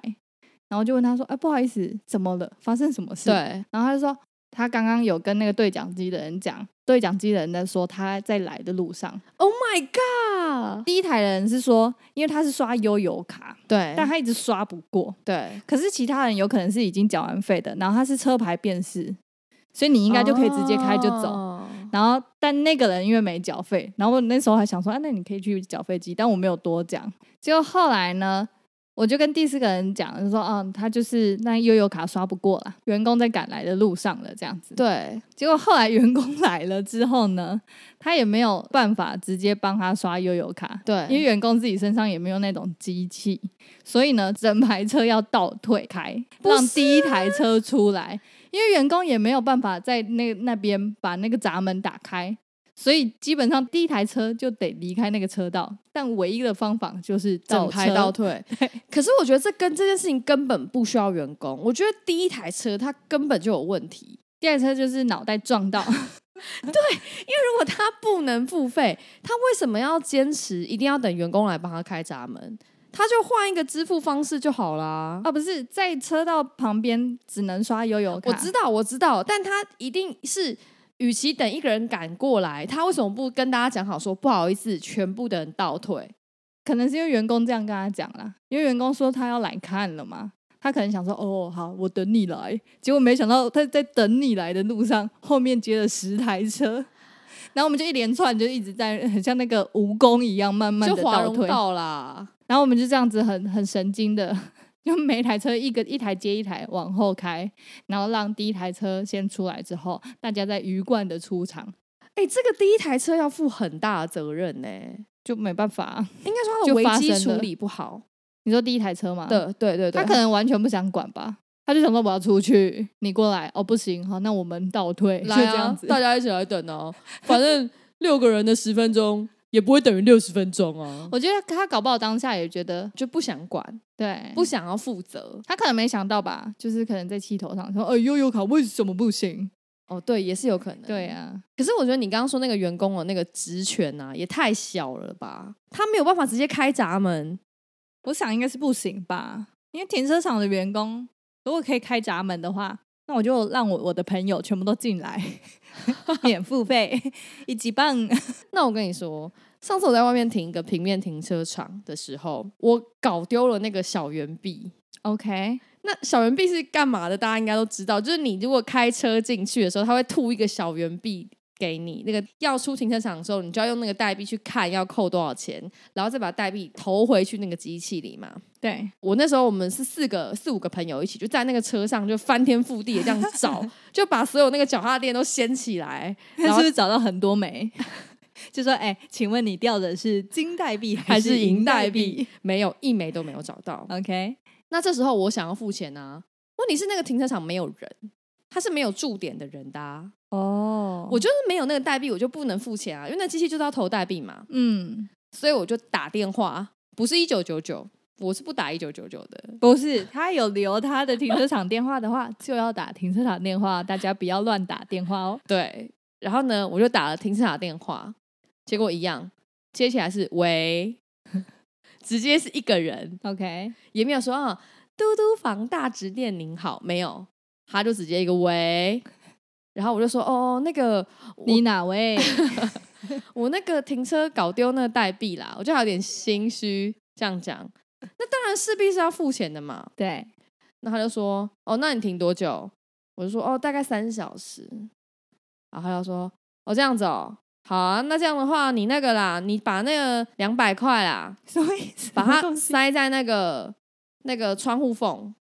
[SPEAKER 3] 然后就问他说，哎，不好意思，怎么了？发生什么事？。
[SPEAKER 2] 对
[SPEAKER 3] 然后他就说，他刚刚有跟那个对讲机的人讲，对讲机的人在说他在来的路上。
[SPEAKER 2] ，Oh my god！
[SPEAKER 3] 第一台的人是说，因为他是刷悠游卡，
[SPEAKER 2] 对
[SPEAKER 3] 但他一直刷不过。
[SPEAKER 2] 对，
[SPEAKER 3] 可是其他人有可能是已经缴完费的，然后他是车牌辨识，所以你应该就可以直接开就走。
[SPEAKER 2] 哦
[SPEAKER 3] 然后，但那个人因为没缴费，然后我那时候还想说，啊，那你可以去缴费机，但我没有多讲。结果后来呢，我就跟第四个人讲，就说，嗯，他就是那悠游卡刷不过啦，员工在赶来的路上了，这样子。
[SPEAKER 2] 对
[SPEAKER 3] 结果后来员工来了之后呢，他也没有办法直接帮他刷悠游卡，
[SPEAKER 2] 对，
[SPEAKER 3] 因为员工自己身上也没有那种机器，所以呢，整排车要倒退开，
[SPEAKER 2] 不是啊
[SPEAKER 3] 让第一台车出来，因为员工也没有办法在那那边把那个闸门打开，所以基本上第一台车就得离开那个车道，但唯一的方法就是倒
[SPEAKER 2] 整排
[SPEAKER 3] 车
[SPEAKER 2] 倒退
[SPEAKER 3] 对。
[SPEAKER 2] 可是我觉得这跟这件事情根本不需要员工，我觉得第一台车它根本就有问题。
[SPEAKER 3] 第二台车就是脑袋撞到，
[SPEAKER 2] 如果他不能付费，他为什么要坚持一定要等员工来帮他开闸门？他就换一个支付方式就好啦。
[SPEAKER 3] 啊，不是在车道旁边只能刷悠游卡，
[SPEAKER 2] 我知道，我知道，但他一定是，与其等一个人赶过来，他为什么不跟大家讲好说不好意思，全部的人倒退？
[SPEAKER 3] 可能是因为员工这样跟他讲啦，因为员工说他要来看了嘛，他可能想说哦好，我等你来，结果没想到他在等你来的路上，后面接了十台车，然后我们就一连串就一直在很像那个蜈蚣一样慢慢
[SPEAKER 2] 就
[SPEAKER 3] 的
[SPEAKER 2] 华
[SPEAKER 3] 倒
[SPEAKER 2] 容
[SPEAKER 3] 退，
[SPEAKER 2] 道啦，
[SPEAKER 3] 然后我们就这样子很很神经的，就每台车一个一台接一台往后开，然后让第一台车先出来之后，大家再鱼贯的出场，
[SPEAKER 2] 哎、这个第一台车要负很大的责任呢、
[SPEAKER 3] 就没办法啊、
[SPEAKER 2] 应该说他的
[SPEAKER 3] 就
[SPEAKER 2] 危
[SPEAKER 3] 发
[SPEAKER 2] 机
[SPEAKER 3] 生
[SPEAKER 2] 处
[SPEAKER 3] 了
[SPEAKER 2] 理不好。
[SPEAKER 3] 你说第一台车吗？
[SPEAKER 2] 对对对对，
[SPEAKER 3] 他可能完全不想管吧，他就想说我要出去，你过来哦，不行，好，那我们倒退，就
[SPEAKER 2] 来
[SPEAKER 3] 这
[SPEAKER 2] 啊
[SPEAKER 3] 样，子。
[SPEAKER 2] 大家一起来等哦、反正六个人的十分钟也不会等于六十分钟啊。
[SPEAKER 3] 我觉得他搞不好当下也觉得
[SPEAKER 2] 就不想管，
[SPEAKER 3] 对，
[SPEAKER 2] 不想要负责。
[SPEAKER 3] 他可能没想到吧，就是可能在气头上说，呃，悠悠卡为什么不行？
[SPEAKER 2] 哦，对，也是有可能。
[SPEAKER 3] 对啊，
[SPEAKER 2] 可是我觉得你刚刚说那个员工的那个职权啊，也太小了吧？他没有办法直接开闸门，
[SPEAKER 4] 我想应该是不行吧，因为停车场的员工如果可以开闸门的话，那我就让我我的朋友全部都进来， 免付费，一级棒。
[SPEAKER 2] 那我跟你说，上次我在外面停一个平面停车场的时候，我搞丢了那个小圆币。
[SPEAKER 3] OK，
[SPEAKER 2] 那小圆币是干嘛的？大家应该都知道，就是你如果开车进去的时候，他会吐一个小圆币给你。那个要出停车场的时候，你就要用那个代币去看要扣多少钱，然后再把代币投回去那个机器里嘛。
[SPEAKER 3] 对，
[SPEAKER 2] 我那时候我们是四个四五个朋友一起，就在那个车上就翻天覆地的这样找，就把所有那个脚踏垫都掀起来，
[SPEAKER 4] 他
[SPEAKER 2] 然
[SPEAKER 4] 是
[SPEAKER 2] 后
[SPEAKER 4] 不是找到很多 枚？就说：“哎、请问你掉的是金代币
[SPEAKER 2] 还
[SPEAKER 4] 是
[SPEAKER 2] 是
[SPEAKER 4] 银
[SPEAKER 2] 银代
[SPEAKER 4] 币
[SPEAKER 2] 币，没有一枚都没有找到。
[SPEAKER 3] 嗯
[SPEAKER 4] ？”OK，
[SPEAKER 2] 那这时候我想要付钱啊，问题是那个停车场没有人，他是没有驻点的人的、啊，
[SPEAKER 3] 哦
[SPEAKER 2] 我就是没有那个代币，我就不能付钱啊，因为那机器就是要投代币嘛，
[SPEAKER 3] 嗯，
[SPEAKER 2] 所以我就打电话，不是一九九九，我是不打一九九九的。
[SPEAKER 3] 不是，他有留他的停车场电话的话，就要打停车场电话，大家不要乱打电话哦。
[SPEAKER 2] 对，然后呢，我就打了停车场电话，结果一样，接起来是喂， 直接是一个人，
[SPEAKER 3] OK，
[SPEAKER 2] 也没有说啊，嘟嘟房大直店您好，没有，他就直接一个喂，然后我就说哦，那个我
[SPEAKER 3] 你哪位？
[SPEAKER 2] 我那个停车搞丢那个代币啦，我就有点心虚，这样讲，那当然势必是要付钱的嘛，
[SPEAKER 3] 对，
[SPEAKER 2] 那他就说：“哦，那你停多久？”我就说：“哦，大概三小时。”然后他就说：“哦，这样子哦，好啊，那这样的话，你那个啦，你把那个两百块啦，
[SPEAKER 4] 什么意思？
[SPEAKER 2] 把它塞在那个那个窗户缝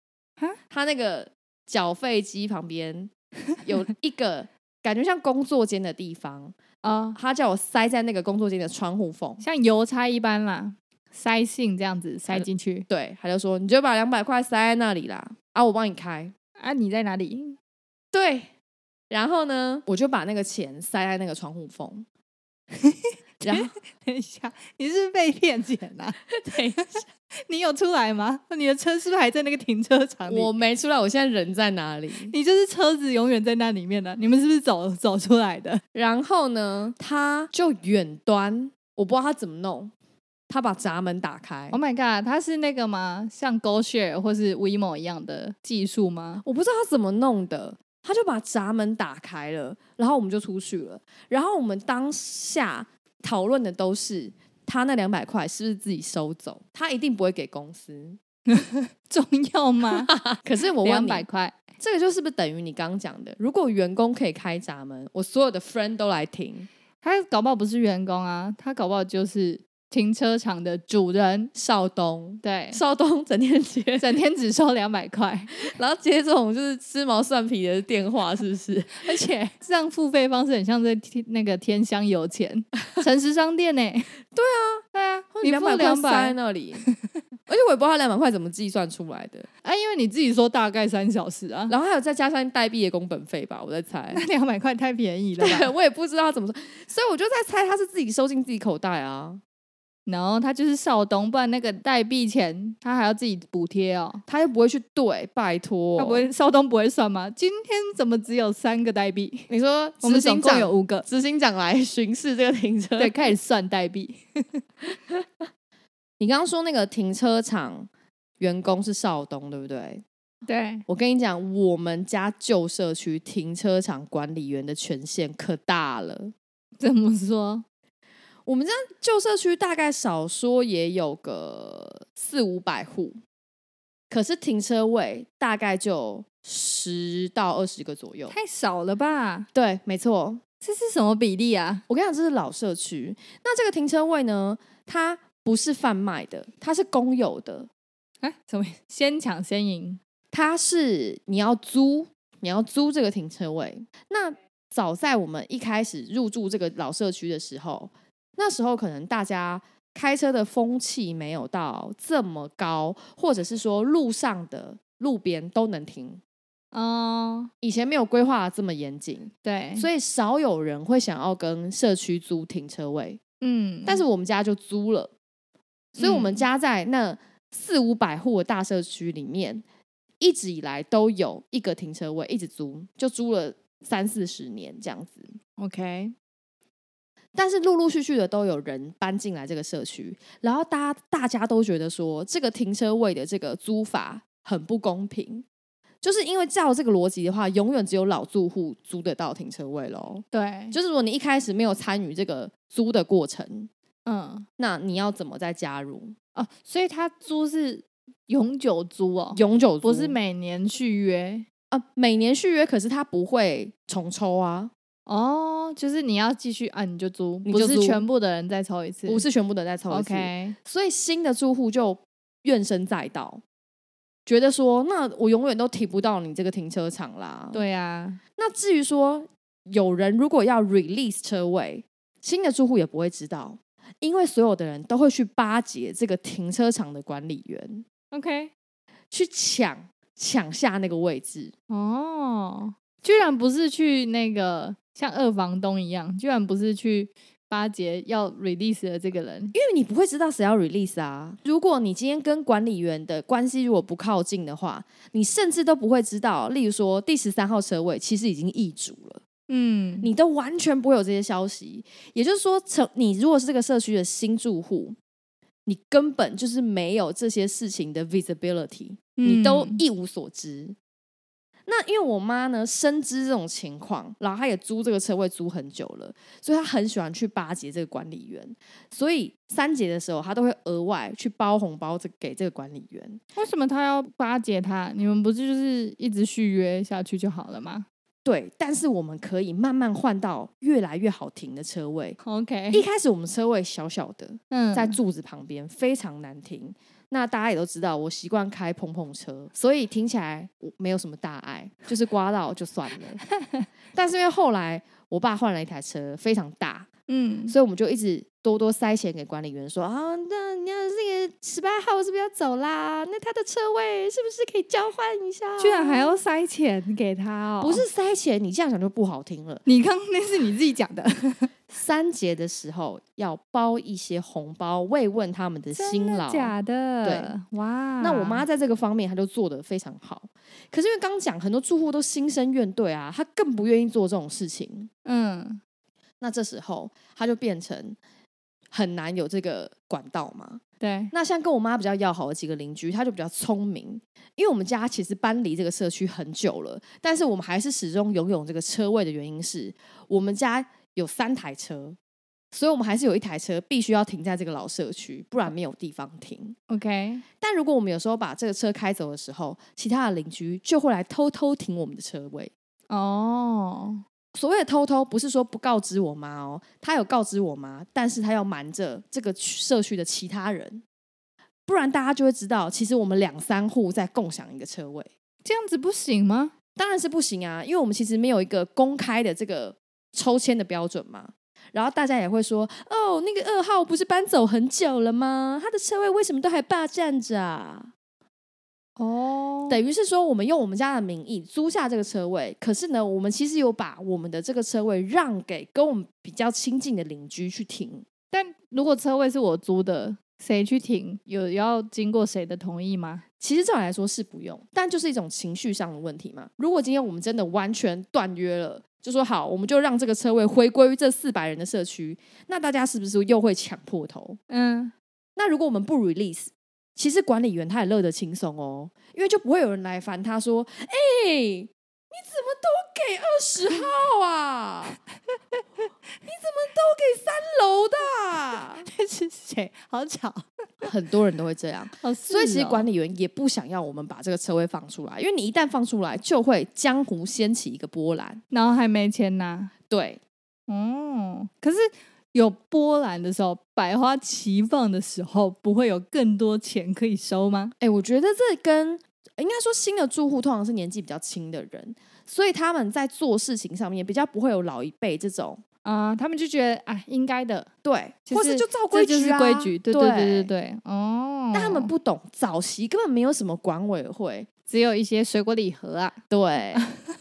[SPEAKER 4] 哈，
[SPEAKER 2] 他那个缴费机 旁边有一个感觉像工作间的地方，
[SPEAKER 4] 哦
[SPEAKER 3] 啊、
[SPEAKER 2] 他叫我塞在那个工作间的窗户缝。”
[SPEAKER 3] 像邮差一般啦，塞信这样子
[SPEAKER 4] 呃
[SPEAKER 3] 塞进去。
[SPEAKER 2] 对，他就说：“你就把两百块塞在那里啦，啊，我帮你开。”
[SPEAKER 3] 啊，你在哪里？
[SPEAKER 2] 对，然后呢，我就把那个钱塞在那个窗户缝， 然后
[SPEAKER 4] 等一下，你是被骗钱啊？
[SPEAKER 2] 对
[SPEAKER 4] 你有出来吗？你的车是不是还在那个停车场里？
[SPEAKER 2] 我没出来，我现在人在哪里？
[SPEAKER 4] 你就是车子永远在那里面
[SPEAKER 3] 啊
[SPEAKER 4] 的、你们是不是走走出来的？
[SPEAKER 2] 然后呢，他就远端，我不知道他怎么弄，他把闸门打开
[SPEAKER 3] Oh，my？Oh god，它是那个吗？像 GoShare 或是 WeMo 一样的技术吗？
[SPEAKER 2] 我不知道他怎么弄的。他就把闸门打开了，然后我们就出去了。然后我们当下讨论的都是他那两百块是不是自己收走，他一定不会给公司。
[SPEAKER 4] 重要吗？
[SPEAKER 2] 啊可是我问
[SPEAKER 3] 两
[SPEAKER 2] 你
[SPEAKER 3] 百块，
[SPEAKER 2] 这个就是不是等于你刚刚讲的？如果员工可以开闸门，我所有的 friend 都来停，
[SPEAKER 3] 他搞不好不是员工啊，他搞不好就是停车场的主人。
[SPEAKER 2] 少东。
[SPEAKER 3] 对，
[SPEAKER 2] 少东整天接，
[SPEAKER 3] 整天只收两百块，
[SPEAKER 2] 然后接这种就是鸡毛蒜皮的电话，是 不是？
[SPEAKER 3] 而且这样付费方式很像在天那个天香油钱诚实商 店呢、对啊，
[SPEAKER 4] 哦
[SPEAKER 3] 对啊，你
[SPEAKER 2] 两
[SPEAKER 3] 付
[SPEAKER 2] 百块
[SPEAKER 3] 两
[SPEAKER 2] 塞在
[SPEAKER 3] 百
[SPEAKER 2] 那里，而且我也不知道他两百块怎么计算出来的。
[SPEAKER 3] 啊，因为你自己说大概三小时啊，
[SPEAKER 2] 然后还有再加上代币的工本费吧，我在 猜。
[SPEAKER 4] 那两百块太便宜了
[SPEAKER 2] 对，
[SPEAKER 4] 吧？
[SPEAKER 2] 我也不知道他怎么说，所以我就在猜他是自己收进自己口袋啊。
[SPEAKER 3] 然后他就是少东，不然那个代币钱他还要自己补贴哦。
[SPEAKER 2] 他又不会去对，拜托。
[SPEAKER 4] 他不会，少东不会算吗？今天怎么只有三个代币？
[SPEAKER 2] 你说
[SPEAKER 4] 我们
[SPEAKER 2] 执
[SPEAKER 4] 总
[SPEAKER 2] 行
[SPEAKER 4] 共有
[SPEAKER 2] 长，
[SPEAKER 4] 五 个。
[SPEAKER 2] 执行长来巡视这个停车
[SPEAKER 3] 对，开始算代币。
[SPEAKER 2] 你刚刚说那个停车场员工是少东，对不对？
[SPEAKER 3] 对，
[SPEAKER 2] 我跟你讲，我们家旧社区停车场管理员的权限可大了。
[SPEAKER 3] 怎么说？
[SPEAKER 2] 我们家旧社区大概少说也有个四五百户，可是停车位大概就十到二十个左右。
[SPEAKER 3] 太少了吧？
[SPEAKER 2] 对，没错，
[SPEAKER 3] 这是什么比例啊？
[SPEAKER 2] 我跟你讲，这是老社区。那这个停车位呢，它不是贩卖的，它是公有的，
[SPEAKER 3] 啊，什么意思？先抢先赢？
[SPEAKER 2] 它是你要租，你要租这个停车位。那早在我们一开始入住这个老社区的时候，那时候可能大家开车的风气没有到这么高，或者是说路上的路边都能停，
[SPEAKER 3] 哦，
[SPEAKER 2] 以前没有规划得这么严谨，
[SPEAKER 3] 对，
[SPEAKER 2] 所以少有人会想要跟社区租停车位。
[SPEAKER 3] 嗯，
[SPEAKER 2] 但是我们家就租了，所以我们
[SPEAKER 3] 嗯
[SPEAKER 2] 家在那四五百户的大社区里面，一直以来都有一个停车位，一直租，就租了三四十年这样子。
[SPEAKER 3] OK，
[SPEAKER 2] 但是陆陆续续的都有人搬进来这个社区，然后大家大家都觉得说这个停车位的这个租法很不公平，就是因为照这个逻辑的话，永远只有老住户租得到停车位喽。
[SPEAKER 3] 对，
[SPEAKER 2] 就是如果你一开始没有参与这个租的过程，
[SPEAKER 3] 嗯，
[SPEAKER 2] 那你要怎么再加入？
[SPEAKER 3] 哦，所以他租是永久租哦，
[SPEAKER 2] 永久租
[SPEAKER 3] 不是每年续约
[SPEAKER 2] 啊、每年续约，可是它不会重抽啊，
[SPEAKER 3] 哦，就是你要继续啊，你就租，
[SPEAKER 2] 你
[SPEAKER 3] 不
[SPEAKER 2] 就是租
[SPEAKER 3] 全部的人再抽一次，
[SPEAKER 2] 不是全部的再抽一次
[SPEAKER 3] OK，
[SPEAKER 2] 所以新的住户就怨声载道，觉得说那我永远都提不到你这个停车场啦。，
[SPEAKER 3] 对啊，
[SPEAKER 2] 那至于说有人如果要 release 车位，新的住户也不会知道，因为所有的人都会去巴结这个停车场的管理员，
[SPEAKER 3] ，OK，
[SPEAKER 2] 去抢抢下那个位置。
[SPEAKER 3] 哦，居然不是去那个像二房东一样，居然不是去巴结要 release 的这个人，
[SPEAKER 2] 因为你不会知道谁要 release 啊。如果你今天跟管理员的关系如果不靠近的话，你甚至都不会知道，例如说第十三号车位其实已经易主了，
[SPEAKER 3] 嗯，
[SPEAKER 2] 你都完全不会有这些消息。也就是说，成你如果是这个社区的新住户，你根本就是没有这些事情的 visibility，你都
[SPEAKER 3] 嗯
[SPEAKER 2] 一无所知。那因为我妈呢，深知这种情况，然后她也租这个车位租很久了，所以她很喜欢去巴结这个管理员。所以三节的时候，她都会额外去包红包这给这个管理员。
[SPEAKER 3] 为什么他要巴结他？你们不是就是一直续约下去就好了吗
[SPEAKER 2] 对，但是我们可以慢慢换到越来越好停的车位。
[SPEAKER 3] ？OK，
[SPEAKER 2] 一开始我们车位小小的，
[SPEAKER 3] 嗯
[SPEAKER 2] 在柱子旁边，非常难停。那大家也都知道，我习惯开碰碰车，所以停起来我没有什么大碍，就是刮到就算了。 但是因为后来我爸换了一台车，非常大，
[SPEAKER 3] 嗯
[SPEAKER 2] 所以我们就一直多多塞钱给管理员说啊，那你要这个十八号是不是要走啦？那他的车位是不是可以交换一下？
[SPEAKER 3] 居然还要塞钱给他哦？
[SPEAKER 2] 不是，塞钱，你这样讲就不好听了。
[SPEAKER 3] 你刚那是你自己 讲的，
[SPEAKER 2] 三节的时候要包一些红包慰问他们的
[SPEAKER 3] 真
[SPEAKER 2] 辛
[SPEAKER 3] 的
[SPEAKER 2] 劳，
[SPEAKER 3] 假的？哇！
[SPEAKER 2] 那我妈在这个方面，她就做得非常好。可是因为刚讲，很多住户都心生怨怼啊，她更不愿意做这种事情。
[SPEAKER 3] 嗯
[SPEAKER 2] 那这时候，她就变成很难有这个管道嘛。
[SPEAKER 3] 对，
[SPEAKER 2] 那像跟我妈比较要好的几个邻居，她就比较聪明，因为我们家其实搬离这个社区很久了，但是我们还是始终拥有这个车位的原因是，我们家有三台车，所以我们还是有一台车必须要停在这个老社区，不然没有地方停。
[SPEAKER 3] OK，
[SPEAKER 2] 但如果我们有时候把这个车开走的时候，其他的邻居就会来偷偷停我们的车位。
[SPEAKER 3] 哦，
[SPEAKER 2] 所谓的偷偷，不是说不告知我妈哦，他有告知我妈，但是他要瞒着这个区社区的其他人，不然大家就会知道，其实我们两三户在共享一个车位，
[SPEAKER 3] 这样子不行吗？
[SPEAKER 2] 当然是不行啊，因为我们其实没有一个公开的这个抽签的标准嘛。然后大家也会说，哦，那个二号不是搬走很久了吗？他的车位为什么都还霸占着啊？
[SPEAKER 3] 哦，
[SPEAKER 2] 等于是说，我们用我们家的名义租下这个车位，可是呢，我们其实有把我们的这个车位让给跟我们比较亲近的邻居去停。
[SPEAKER 3] 但如果车位是我租的，谁去停？有要经过谁的同意吗？
[SPEAKER 2] 其实照理来说是不用，但就是一种情绪上的问题嘛。如果今天我们真的完全断约了，就说好，我们就让这个车位回归于这四百人的社区，那大家是不是又会抢破头？
[SPEAKER 3] 嗯，
[SPEAKER 2] 那如果我们不 release，其实管理员他也乐得轻松哦，因为就不会有人来烦他说：“哎、你怎么都给二十号啊？你怎么都给三楼的啊、
[SPEAKER 3] 这是谁？好巧，
[SPEAKER 2] 很多人都会这样，
[SPEAKER 3] 哦
[SPEAKER 2] 所以其实管
[SPEAKER 3] 理
[SPEAKER 2] 理员也不想要我们把这个车位放出来，因为你一旦放出来，就会江湖掀起一个波澜。
[SPEAKER 3] 然后还没钱拿，
[SPEAKER 2] 对，
[SPEAKER 3] 哦，可是有波澜的时候，百花齐放的时候，不会有更多钱可以收吗？
[SPEAKER 2] 哎、我觉得这跟应该说新的住户通常是年纪比较轻的人，所以他们在做事情上面比较不会有老一辈这种
[SPEAKER 3] 啊、他们就觉得啊，应该的，
[SPEAKER 2] 对，
[SPEAKER 3] 其
[SPEAKER 2] 或是
[SPEAKER 3] 实
[SPEAKER 2] 就照
[SPEAKER 3] 这
[SPEAKER 2] 规矩、
[SPEAKER 3] 就
[SPEAKER 2] 啊、
[SPEAKER 3] 是规矩，对对对对
[SPEAKER 2] 对。
[SPEAKER 3] 对，哦，
[SPEAKER 2] 但他们不懂，早期根本没有什么管委会，
[SPEAKER 3] 只有一些水果礼盒啊，
[SPEAKER 2] 对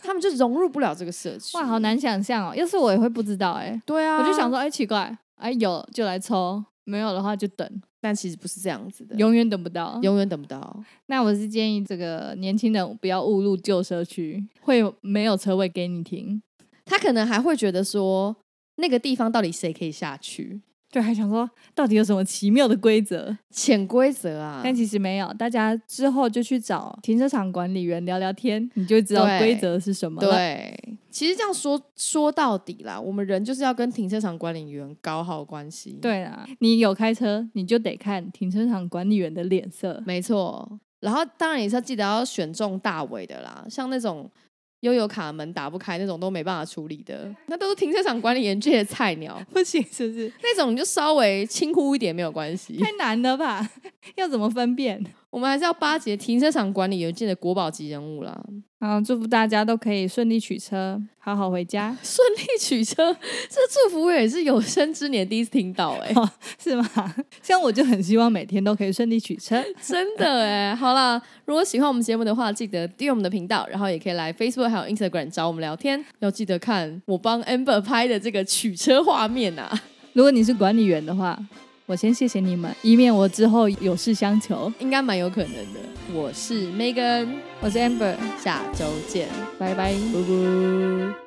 [SPEAKER 2] 他们就融入不了这个社区。
[SPEAKER 3] 哇，好！难想象哦，要是我也会不知道哎、
[SPEAKER 2] 对啊，
[SPEAKER 3] 我就想说，，哎、奇怪，哎、有就来抽，没有的话就等，
[SPEAKER 2] 但其实不是这样子的，
[SPEAKER 3] 永远等不到。
[SPEAKER 2] 永远等不到。
[SPEAKER 3] 那我是建议这个年轻人不要误入旧社区，会有没有车位给你停。
[SPEAKER 2] 他可能还会觉得说，那个地方到底谁可以下去？
[SPEAKER 3] 对，还想说到底有什么奇妙的规则？
[SPEAKER 2] 潜规则啊，
[SPEAKER 3] 但其实没有，大家之后就去找停车场管理员聊聊天，你就会知道
[SPEAKER 2] 对
[SPEAKER 3] 规则是什么了。
[SPEAKER 2] 对，其实这样说说到底啦，我们人就是要跟停车场管理员搞好关系。，
[SPEAKER 3] 对啊，你有开车，你就得看停车场管理员的脸色。
[SPEAKER 2] 没错。然后当然也是要记得要选中大尾的啦，像那种悠游卡门打不开那种都没办法处理的，那都是停车场管理员界的菜鸟。
[SPEAKER 3] 不行，是不是
[SPEAKER 2] 那种你就稍微轻忽一点没有关系。
[SPEAKER 3] 太难了吧？ 要怎么分辨？
[SPEAKER 2] 我们还是要巴结停车场管理员界的国宝级人物啦，，
[SPEAKER 3] 好，祝福大家都可以顺利取车，好好回家
[SPEAKER 2] 顺利取车。这祝福我也是有生之年第一次听到哎、
[SPEAKER 3] 是吗？ 像我就很希望每天都可以顺利取车。
[SPEAKER 2] 真的哎，好啦，如果喜欢我们节目的话，记得订阅我们的频道，然后也可以来 Facebook 还有 Instagram 找我们聊天。要记得看我帮 Amber 拍的这个取车画面啊，
[SPEAKER 3] 如果你是管理员的话，我先谢谢你们，以免我之后有事相求。
[SPEAKER 2] 应该蛮有可能的。我是 Megan，
[SPEAKER 3] 我是 Amber，
[SPEAKER 2] 下周见，
[SPEAKER 3] 拜拜。
[SPEAKER 2] 拜拜。